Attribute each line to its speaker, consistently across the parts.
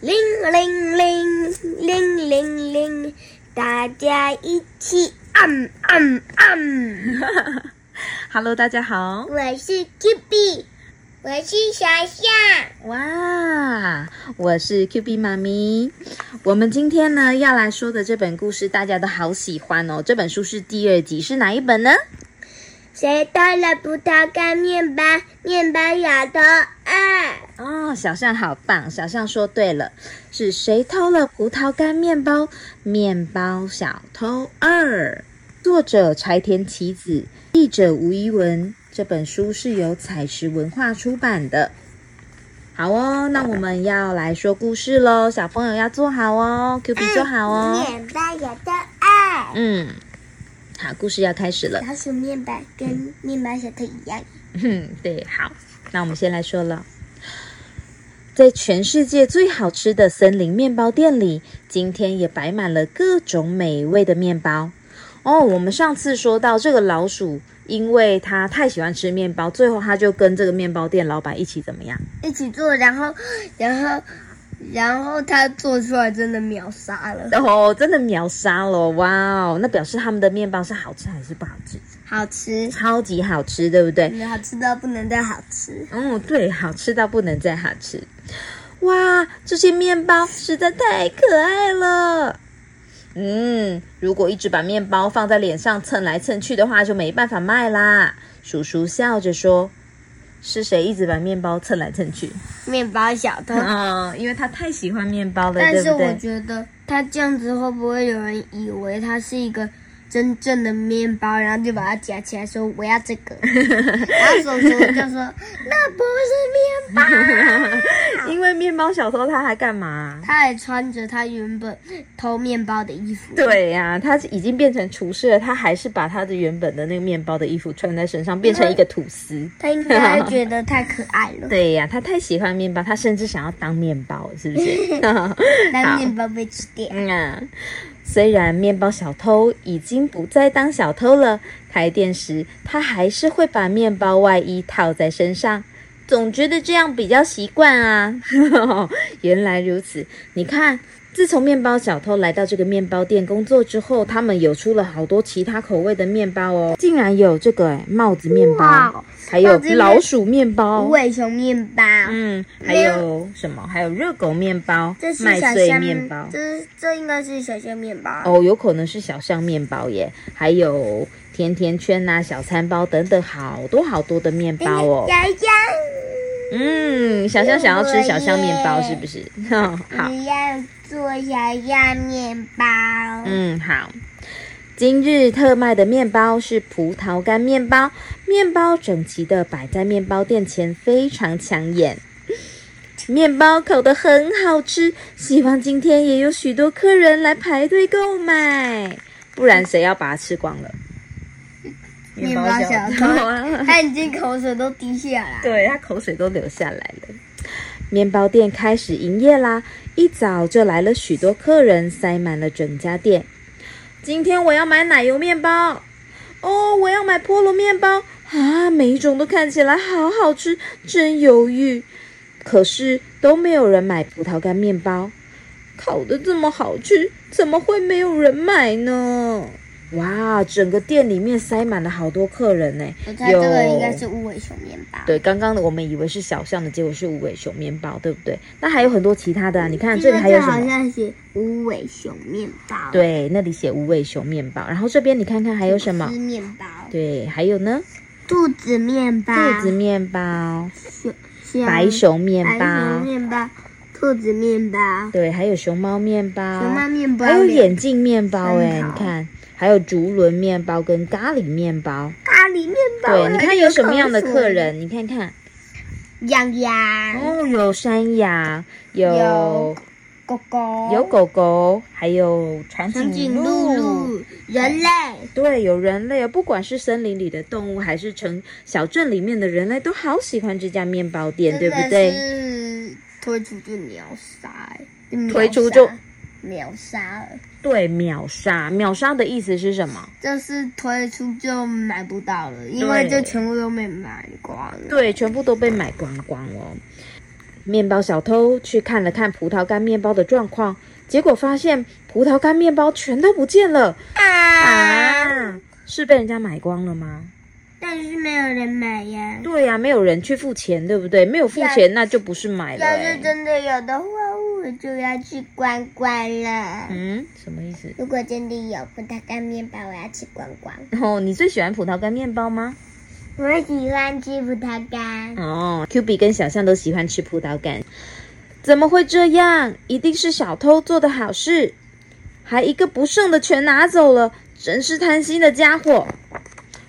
Speaker 1: 铃铃铃铃铃铃，大家一起按按按！
Speaker 2: Hello，大家好！
Speaker 1: 我是 Q B，我是小象。
Speaker 2: 哇，我是 Q B 妈咪。我们今天呢要来说的这本故事，大家都好喜欢哦。这本书是第二集，是哪一本呢？
Speaker 1: 谁偷了葡萄干面包？面包小偷二。
Speaker 2: 哦，小象好棒！小象说对了，是谁偷了葡萄干面包？面包小偷二。作者柴田启子，译者吴一文。这本书是由采石文化出版的。好哦，那我们要来说故事喽，小朋友要坐好哦，Q B 坐好哦。
Speaker 1: 面包小偷二。
Speaker 2: 嗯，好，故事要开始了。
Speaker 1: 老鼠面包跟面包小偷一样。
Speaker 2: 嗯， 对，好，那我们先来说了，在全世界最好吃的森林面包店里，今天也摆满了各种美味的面包。哦，我们上次说到这个老鼠，因为它太喜欢吃面包，最后它就跟这个面包店老板一起怎么样？
Speaker 1: 一起做，然后，然后，然后他做出来真的秒杀了，
Speaker 2: 哦，真的秒杀了！哇哦，那表示他们的面包是好吃还是不好吃？
Speaker 1: 好吃，
Speaker 2: 超级好吃，对不对？
Speaker 1: 好吃到不能再好吃。
Speaker 2: 哦，对，好吃到不能再好吃！哇，这些面包实在太可爱了。嗯，如果一直把面包放在脸上蹭来蹭去的话，就没办法卖啦。叔叔笑着说：“是谁一直把面包蹭来蹭去
Speaker 1: 面包小？”偷，
Speaker 2: 哦，因为他太喜欢面包 了，
Speaker 1: 但
Speaker 2: 对
Speaker 1: 是
Speaker 2: 不
Speaker 1: 我
Speaker 2: 对？
Speaker 1: 觉得他这样子会不会有人以为他是一个真正的面包，然后就把它夹起来说我要这 个，然后叔叔就说那不是面包。
Speaker 2: 因为面包小偷他还干嘛？
Speaker 1: 他还穿着他原本偷面包的衣服，，
Speaker 2: 对呀、他已经变成厨师了，他还是把他的原本的那个面包的衣服穿在身上，变成一个吐司。
Speaker 1: 他应该觉得太可爱了，
Speaker 2: 对呀、他太喜欢面包，他甚至想要当面包，是 不是？
Speaker 1: 但面包被吃掉。
Speaker 2: 嗯啊，虽然面包小偷已经不再当小偷了，开店时他还是会把面包外衣套在身上，总觉得这样比较习惯啊。 原来如此，你看。自从面包小偷来到这个面包店工作之后，他们有出了好多其他口味的面包哦，竟然有这个哎帽子面
Speaker 1: 哇
Speaker 2: 包，还有
Speaker 1: 帽子面
Speaker 2: 老鼠面包，
Speaker 1: 无尾熊面包，
Speaker 2: 嗯，还
Speaker 1: 没有
Speaker 2: 有什么？还有热狗面包
Speaker 1: 这、是
Speaker 2: 麦
Speaker 1: 小
Speaker 2: 穗
Speaker 1: 象
Speaker 2: 面包。
Speaker 1: 这是这应该是小象面包。
Speaker 2: 哦，有可能是小象面包耶，还有甜甜圈呐、小餐包等等，好多好多的面
Speaker 1: 哎
Speaker 2: 包哦
Speaker 1: 小。象，
Speaker 2: 嗯，小象想要吃小象面包是不是？
Speaker 1: 嗯
Speaker 2: 好，
Speaker 1: 你要做小象面包。
Speaker 2: 嗯好。今日特卖的面包是葡萄干面包，面包整齐的摆在面包店前，非常抢眼。面包烤得很好吃，希望今天也有许多客人来排队购买，不然谁要把它吃光了？
Speaker 1: 面包小偷
Speaker 2: 啊
Speaker 1: 他已经口水都滴下来。
Speaker 2: 对他口水都流下来了。面包店开始营业啦，一早就来了许多客人，塞满了整家店。今天我要买奶油面包，哦，我要买菠萝面包啊，每一种都看起来好好吃，真犹豫。可是都没有人买葡萄干面包，烤的这么好吃，怎么会没有人买呢？哇，整个店里面塞满了好多客人呢、
Speaker 1: 我猜这个
Speaker 2: 有
Speaker 1: 应该是无尾熊面包。
Speaker 2: 对，刚刚的我们以为是小象的，结果是无尾熊面包，对不对？那还有很多其他的啊，你看
Speaker 1: 因
Speaker 2: 这
Speaker 1: 为
Speaker 2: 里还有
Speaker 1: 这
Speaker 2: 什
Speaker 1: 好
Speaker 2: 么？
Speaker 1: 像写无尾熊面包。，
Speaker 2: 对，那里写无尾熊面包，然后这边你看看还有什么
Speaker 1: 是？面包，
Speaker 2: 对，还有呢，
Speaker 1: 兔子面包，
Speaker 2: 兔子面包、
Speaker 1: 熊
Speaker 2: 白熊面
Speaker 1: 白熊
Speaker 2: 包，
Speaker 1: 面包，兔子面包，
Speaker 2: 对，还有熊猫面包，
Speaker 1: 熊猫面包，
Speaker 2: 还有眼镜面包，哎，
Speaker 1: 很
Speaker 2: 你
Speaker 1: 好
Speaker 2: 看，还有竹轮面包跟咖喱面包，
Speaker 1: 咖喱面包。
Speaker 2: 对，你看有什么样的客？人？你看看，
Speaker 1: 羊羊、
Speaker 2: 哦，有山羊，有
Speaker 1: 有狗狗、
Speaker 2: 有狗狗，还有长
Speaker 1: 长颈
Speaker 2: 颈
Speaker 1: 鹿、
Speaker 2: 鹿。
Speaker 1: 人类。
Speaker 2: 对，有人类啊，不管是森林里的动物，还是城小镇里面的人类，都好喜欢这家面包店，对不对？
Speaker 1: 是推出就秒杀、欸，
Speaker 2: 推出就
Speaker 1: 秒杀了。
Speaker 2: 对，秒杀，秒杀的意思是什么？
Speaker 1: 就是推出就买不到了，因为
Speaker 2: 对
Speaker 1: 就全部都被买光了。
Speaker 2: 对，全部都被买光光哦。面包小偷去看了看葡萄干面包的状况，结果发现葡萄干面包全都不见了。
Speaker 1: 啊
Speaker 2: 啊！是被人家买光了吗？
Speaker 1: 但是没有人买呀。
Speaker 2: 对呀、没有人去付钱，对不对？没有付钱，那就不是买了、
Speaker 1: 要是
Speaker 2: 欸。
Speaker 1: 真的有的话，我就要去关关了。
Speaker 2: 嗯，什么意思？
Speaker 1: 如果真的有葡萄干面包，我要去关关。
Speaker 2: 哦，你最喜欢葡萄干面包吗？
Speaker 1: 我喜欢吃葡萄干。
Speaker 2: 哦，Q B 跟小象都喜欢吃葡萄干，怎么会这样？一定是小偷做的好事，还一个不剩的全拿走了，真是贪心的家伙。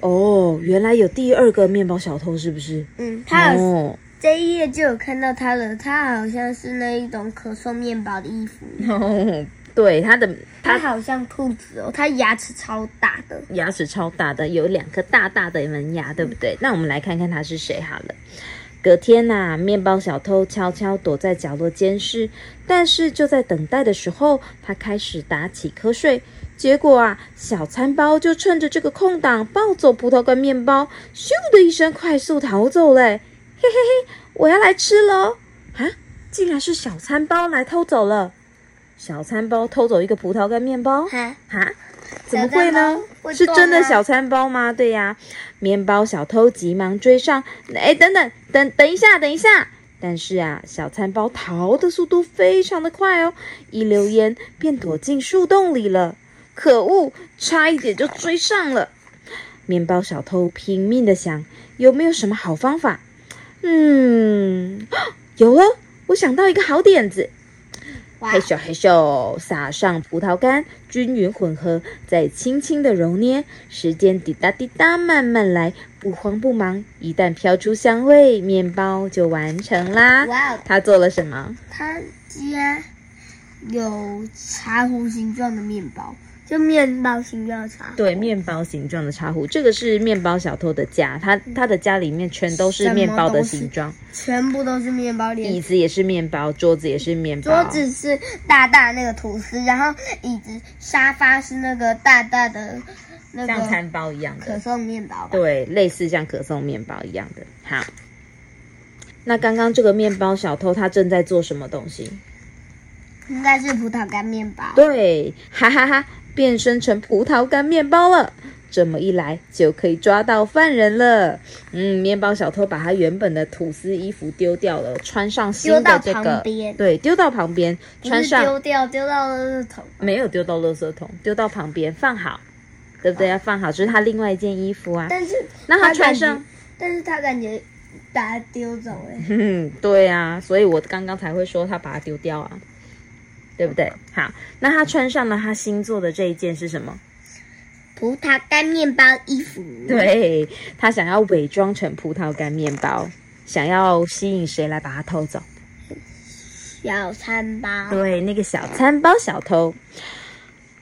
Speaker 2: 哦，原来有第二个面包小偷，是不是？
Speaker 1: 嗯，它有、
Speaker 2: 哦，
Speaker 1: 这一页就有看到它了，它好像是那一种可颂面包的衣服，
Speaker 2: 哦，对，他的
Speaker 1: 它
Speaker 2: 他
Speaker 1: 好像兔子哦，它牙齿超大的。
Speaker 2: 牙齿超大的，有两颗大大的门牙，对不对？那我们来看看他是谁好了。隔天呐、面包小偷悄悄躲在角落监视，但是就在等待的时候，他开始打起瞌睡。结果啊，小餐包就趁着这个空档抱走葡萄干面包，咻的一声快速逃走嘞！嘿嘿嘿，我要来吃喽！啊，竟然是小餐包来偷走了。小餐包偷走一个葡萄干面包，
Speaker 1: 哈，
Speaker 2: 啊？怎么会
Speaker 1: 小
Speaker 2: 呢
Speaker 1: 餐包？会
Speaker 2: 是
Speaker 1: 动啊
Speaker 2: 真的
Speaker 1: 吗
Speaker 2: 小餐包吗？对呀、面包小偷急忙追上，哎，等等等等一下，等一下。但是啊，小餐包逃的速度非常的快哦，一溜烟便躲进树洞里了。可恶，差一点就追上了。面包小偷拼命的想，有没有什么好方法？嗯， 有哦，我想到一个好点子。
Speaker 1: 哇
Speaker 2: 嘿咻嘿咻，撒上葡萄干，均匀混合，再轻轻的揉捏，时间滴答滴答，慢慢来，不慌不忙。一旦飘出香味，面包就完成啦。
Speaker 1: 哇哦，
Speaker 2: 他做了什么？
Speaker 1: 它竟然有茶壶形状的面包，就面包形状的茶壶。
Speaker 2: 对，面包形状的茶壶，这个是面包小偷的家，他
Speaker 1: 嗯
Speaker 2: 他的家里面全都是面包的形状，
Speaker 1: 全部都是面包
Speaker 2: 椅
Speaker 1: 脸。
Speaker 2: 子也是面包，桌子也是面包，
Speaker 1: 桌子是大大那个吐司，然后椅子、沙发是那个大大的那
Speaker 2: 像
Speaker 1: 个
Speaker 2: 餐包一样的
Speaker 1: 可。颂面包吧。
Speaker 2: 对，类似像可颂面包一样的。好，那刚刚这个面包小偷他正在做什么东西？
Speaker 1: 应该是葡萄干面包。
Speaker 2: 对，哈哈哈，变身成葡萄干面包了。这么一来就可以抓到犯人了。嗯，面包小偷把他原本的吐司衣服丢掉了，穿上新
Speaker 1: 丢到
Speaker 2: 的这
Speaker 1: 旁
Speaker 2: 个，
Speaker 1: 边
Speaker 2: 对，丢到旁边，
Speaker 1: 不
Speaker 2: 穿
Speaker 1: 是
Speaker 2: 上
Speaker 1: 丢掉，丢到了垃圾桶。
Speaker 2: 没有丢到垃圾桶，丢到旁边放好，对不对？要放好，这是他另外一件衣服啊。
Speaker 1: 但是
Speaker 2: 那他
Speaker 1: 感
Speaker 2: 穿
Speaker 1: 觉
Speaker 2: 上，
Speaker 1: 但是他感觉把它丢走欸了。
Speaker 2: 嗯， 对啊，所以我刚刚才会说他把它丢掉啊，对不对？好，那他穿上了他新做的这一件是什么？
Speaker 1: 葡萄干面包衣服。
Speaker 2: 对他想要伪装成葡萄干面包，想要吸引谁来把它偷走？
Speaker 1: 小餐包。
Speaker 2: 对，那个小餐包小偷，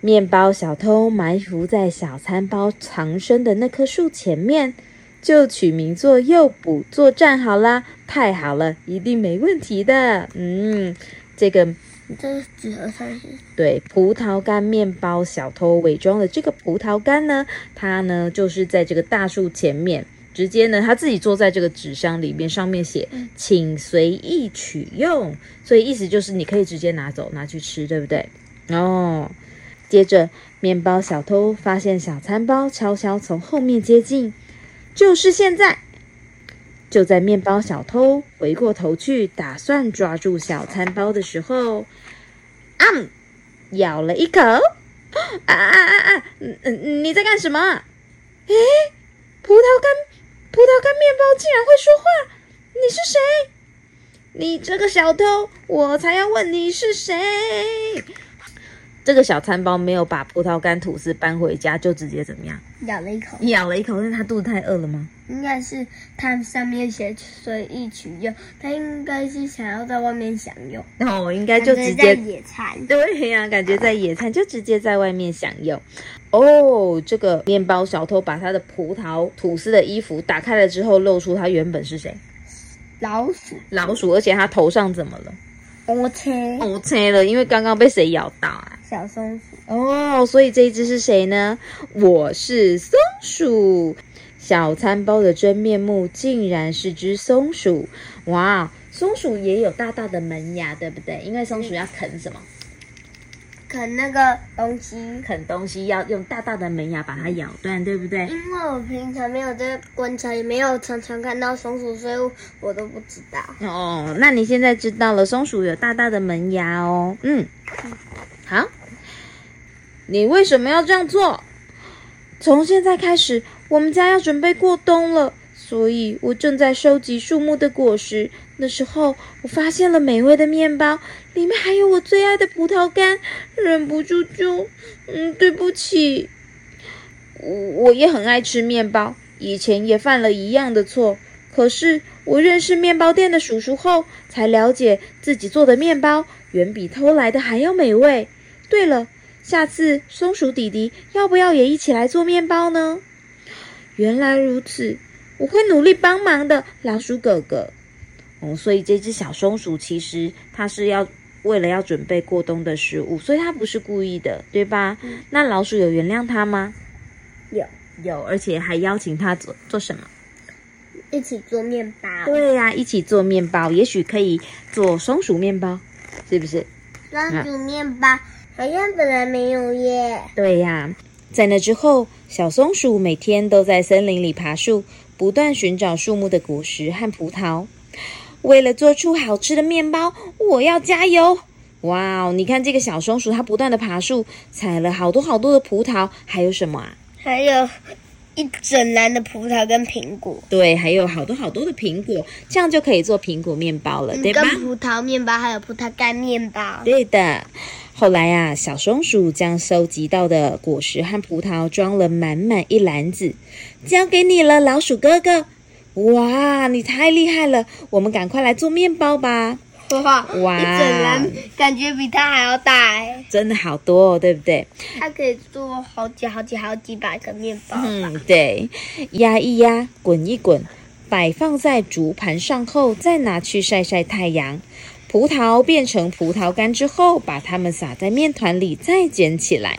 Speaker 2: 面包小偷埋伏在小餐包藏身的那棵树前面，就取名做诱捕作战好啦，太好了，一定没问题的。嗯，这个
Speaker 1: 这是纸盒上写。
Speaker 2: 对，葡萄干面包小偷伪装的这个葡萄干呢，他呢就是在这个大树前面，直接呢他自己坐在这个纸箱里面，上面写“请随意取用”，所以意思就是你可以直接拿走拿去吃，对不对？哦，接着面包小偷发现小餐包悄悄从后面接近，就是现在。就在面包小偷回过头去，打算抓住小餐包的时候，啊、咬了一口， 啊啊啊啊！嗯嗯，你在干什么？诶，葡萄干，葡萄干面包竟然会说话！你是谁？你这个小偷，我才要问你是谁！这个小餐包没有把葡萄干吐司搬回家，就直接怎么样？
Speaker 1: 咬了一口，
Speaker 2: 咬了一口，但是他肚子太饿了吗？
Speaker 1: 应该是它上面写随意取用，它应该是想要在外面享用，
Speaker 2: 那哦我应该就直
Speaker 1: 感觉
Speaker 2: 接
Speaker 1: 在野餐。
Speaker 2: 对呀、感觉在野餐就直接在外面享用。哦，这个面包小偷把他的葡萄吐司的衣服打开了之后，露出他原本是谁？
Speaker 1: 老鼠
Speaker 2: 老鼠，而且他头上怎么了？
Speaker 1: ，OK，、
Speaker 2: 哦，切了，因为刚刚被谁咬到啊？
Speaker 1: 小松鼠，
Speaker 2: 哦，所以这一只是谁呢？我是松鼠。小餐包的真面目竟然是只松鼠！哇，松鼠也有大大的门牙，对不对？因为松鼠要啃什么？
Speaker 1: 啃那个东西。
Speaker 2: 啃东西要用大大的门牙把它咬断，对不对？
Speaker 1: 因为我平常没有在观察，也没有常常看到松鼠，所以我都不知道。
Speaker 2: 哦，那你现在知道了，松鼠有大大的门牙哦。嗯，好，你为什么要这样做？从现在开始，我们家要准备过冬了，所以我正在收集树木的果实。那时候，我发现了美味的面包，里面还有我最爱的葡萄干，忍不住就……嗯，对不起，我我也很爱吃面包，以前也犯了一样的错。可是我认识面包店的叔叔后，才了解自己做的面包远比偷来的还要美味。对了，下次松鼠弟弟要不要也一起来做面包呢？原来如此，我会努力帮忙的，老鼠哥哥。哦，所以这只小松鼠其实它是要为了要准备过冬的食物，所以它不是故意的，对吧？那老鼠有原谅它吗？
Speaker 1: 有
Speaker 2: 有，而且还邀请它做做什么？
Speaker 1: 一起做面包，
Speaker 2: 对呀、一起做面包，也许可以做松鼠面包，是不是？
Speaker 1: 松鼠面包好像本来没有耶。
Speaker 2: 对呀、在那之后，小松鼠每天都在森林里爬树，不断寻找树木的果实和葡萄。为了做出好吃的面包，我要加油！哇哦，你看这个小松鼠，它不断的爬树，采了好多好多的葡萄，还有什么啊？
Speaker 1: 还有一整篮的葡萄跟苹果，
Speaker 2: 对，还有好多好多的苹果，这样就可以做苹果面包了，对吧？
Speaker 1: 嗯跟葡萄面包还有葡萄干面包。
Speaker 2: 对的。后来啊，小松鼠将收集到的果实和葡萄装了满满一篮子，交给你了，老鼠哥哥。哇，你太厉害了！我们赶快来做面包吧。
Speaker 1: 哇，
Speaker 2: 哇
Speaker 1: 一整篮感觉比它还要大哎，
Speaker 2: 真的好多哦，对不对？
Speaker 1: 它可以做好几好几好几百个面包。
Speaker 2: 嗯，对，压一压，滚一滚，摆放在竹盘上后，再拿去晒晒太阳。葡萄变成葡萄干之后，把它们撒在面团里，再卷起来。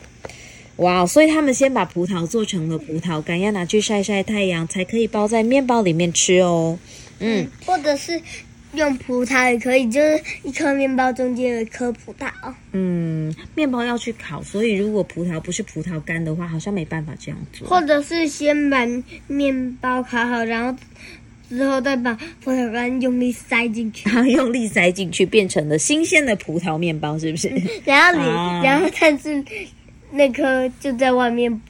Speaker 2: 哇，所以他们先把葡萄做成了葡萄干，要拿去晒晒太阳，才可以包在面包里面吃哦。嗯，
Speaker 1: 或者是用葡萄也可以，就是一颗面包中间有一颗葡萄。
Speaker 2: 嗯，面包要去烤，所以如果葡萄不是葡萄干的话，好像没办法这样做。
Speaker 1: 或者是先把面包烤好，然后之后再把葡萄干用力塞进去，
Speaker 2: 然后 用力塞进去，变成了新鲜的葡萄面包，是不是？
Speaker 1: 然后你，
Speaker 2: 啊
Speaker 1: 然后但是那颗就在外面，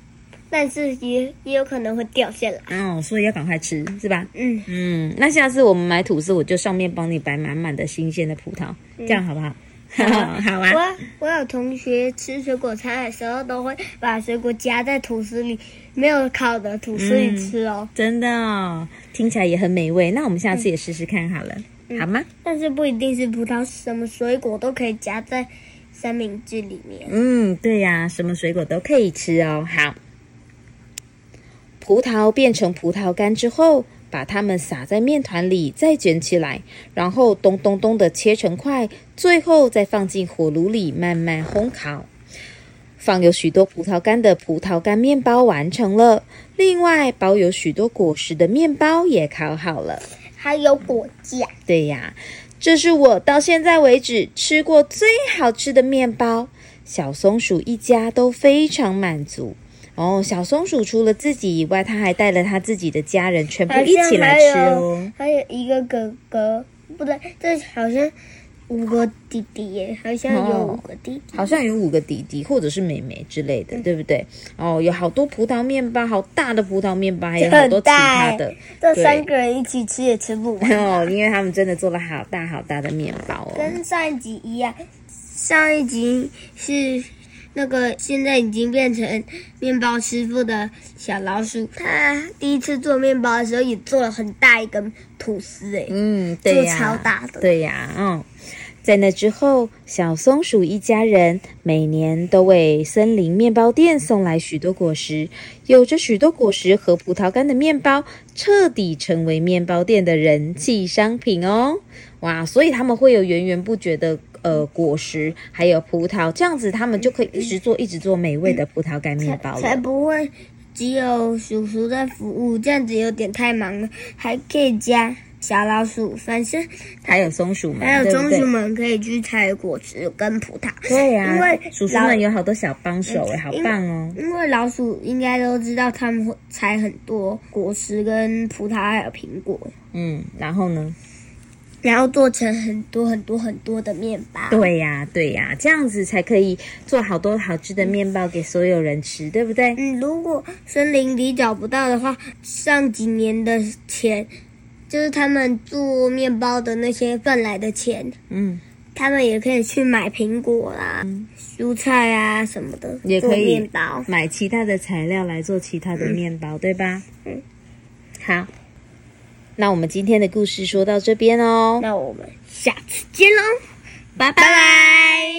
Speaker 1: 但是也也有可能会掉下来。
Speaker 2: 哦，所以要赶快吃，是吧？
Speaker 1: 嗯，
Speaker 2: 嗯，那下次我们买吐司，我就上面帮你摆满满的新鲜的葡萄，这样好不嗯好？ 好啊，
Speaker 1: 我我有同学吃水果餐的时候都会把水果夹在吐司里，没有烤的吐司里吃哦，
Speaker 2: 真的哦，听起来也很美味。那我们下次也试试看好了，好吗？
Speaker 1: 但是不一定是葡萄，什么水果都可以夹在三明治里面。
Speaker 2: 嗯，对呀、什么水果都可以吃哦。好，葡萄变成葡萄干之后，把它们撒在面团里，再卷起来，然后咚咚咚的切成块，最后再放进火炉里慢慢烘烤。放有许多葡萄干的葡萄干面包完成了，另外包有许多果实的面包也烤好了。
Speaker 1: 还有果酱，
Speaker 2: 对呀，这是我到现在为止吃过最好吃的面包。小松鼠一家都非常满足。哦，小松鼠除了自己以外，它还带了它自己的家人，全部
Speaker 1: 好
Speaker 2: 一
Speaker 1: 像
Speaker 2: 起来
Speaker 1: 还
Speaker 2: 吃
Speaker 1: 有
Speaker 2: 哦。
Speaker 1: 还有一个哥哥，不对，这好像五个弟弟耶，好像有五个弟弟。
Speaker 2: 好像有五个弟弟或者是妹妹之类
Speaker 1: 嗯
Speaker 2: 的，对不对？哦，有好多葡萄面包，好大的葡萄面包，还有好多其他的。
Speaker 1: 这
Speaker 2: 哦对
Speaker 1: 三个人一起吃也吃不完。
Speaker 2: 哦，因为他们真的做了好大好大的面包哦。
Speaker 1: 跟上一集一样，上一集是那个现在已经变成面包师傅的小老鼠，他第一次做面包的时候也做了很大一根吐司，哎，
Speaker 2: 嗯，对呀、
Speaker 1: 超大的
Speaker 2: 对呀、嗯。在那之后，小松鼠一家人每年都为森林面包店送来许多果实。有着许多果实和葡萄干的面包，彻底成为面包店的人气商品哦！哇，所以他们会有源源不绝的呃果实，还有葡萄，这样子他们就可以一直做一直做美味的葡萄干面包
Speaker 1: 才
Speaker 2: 了。
Speaker 1: 不会只有叔叔在服务，这样子有点太忙了，还可以加小老鼠，反正
Speaker 2: 还有松鼠们，
Speaker 1: 还有
Speaker 2: 嗯对不
Speaker 1: 松
Speaker 2: 对
Speaker 1: 鼠们可以去采果实跟葡萄。
Speaker 2: 对呀、
Speaker 1: 因为
Speaker 2: 叔叔
Speaker 1: 老嗯
Speaker 2: 们有好多小帮手哎，好
Speaker 1: 因为
Speaker 2: 棒哦！
Speaker 1: 因为老鼠应该都知道，它们会采很多果实跟葡萄还有苹果，
Speaker 2: 嗯，然后呢？
Speaker 1: 然后做成很多很多很多的面包。
Speaker 2: 对呀、对呀、这样子才可以做好多好吃的面包给所有人吃，对不对？
Speaker 1: 嗯，如果森林里找不到的话，上几年的钱，就是他们做面包的那些赚来的钱，
Speaker 2: 嗯，
Speaker 1: 他们也可以去买苹果啦、蔬菜啊什么的，
Speaker 2: 嗯也
Speaker 1: 做
Speaker 2: 可以
Speaker 1: 面包。
Speaker 2: 买其他的材料来做其他的面包，对吧？
Speaker 1: 嗯，
Speaker 2: 好。那我们今天的故事说到这边哦，
Speaker 1: 那我们下次见喽，拜拜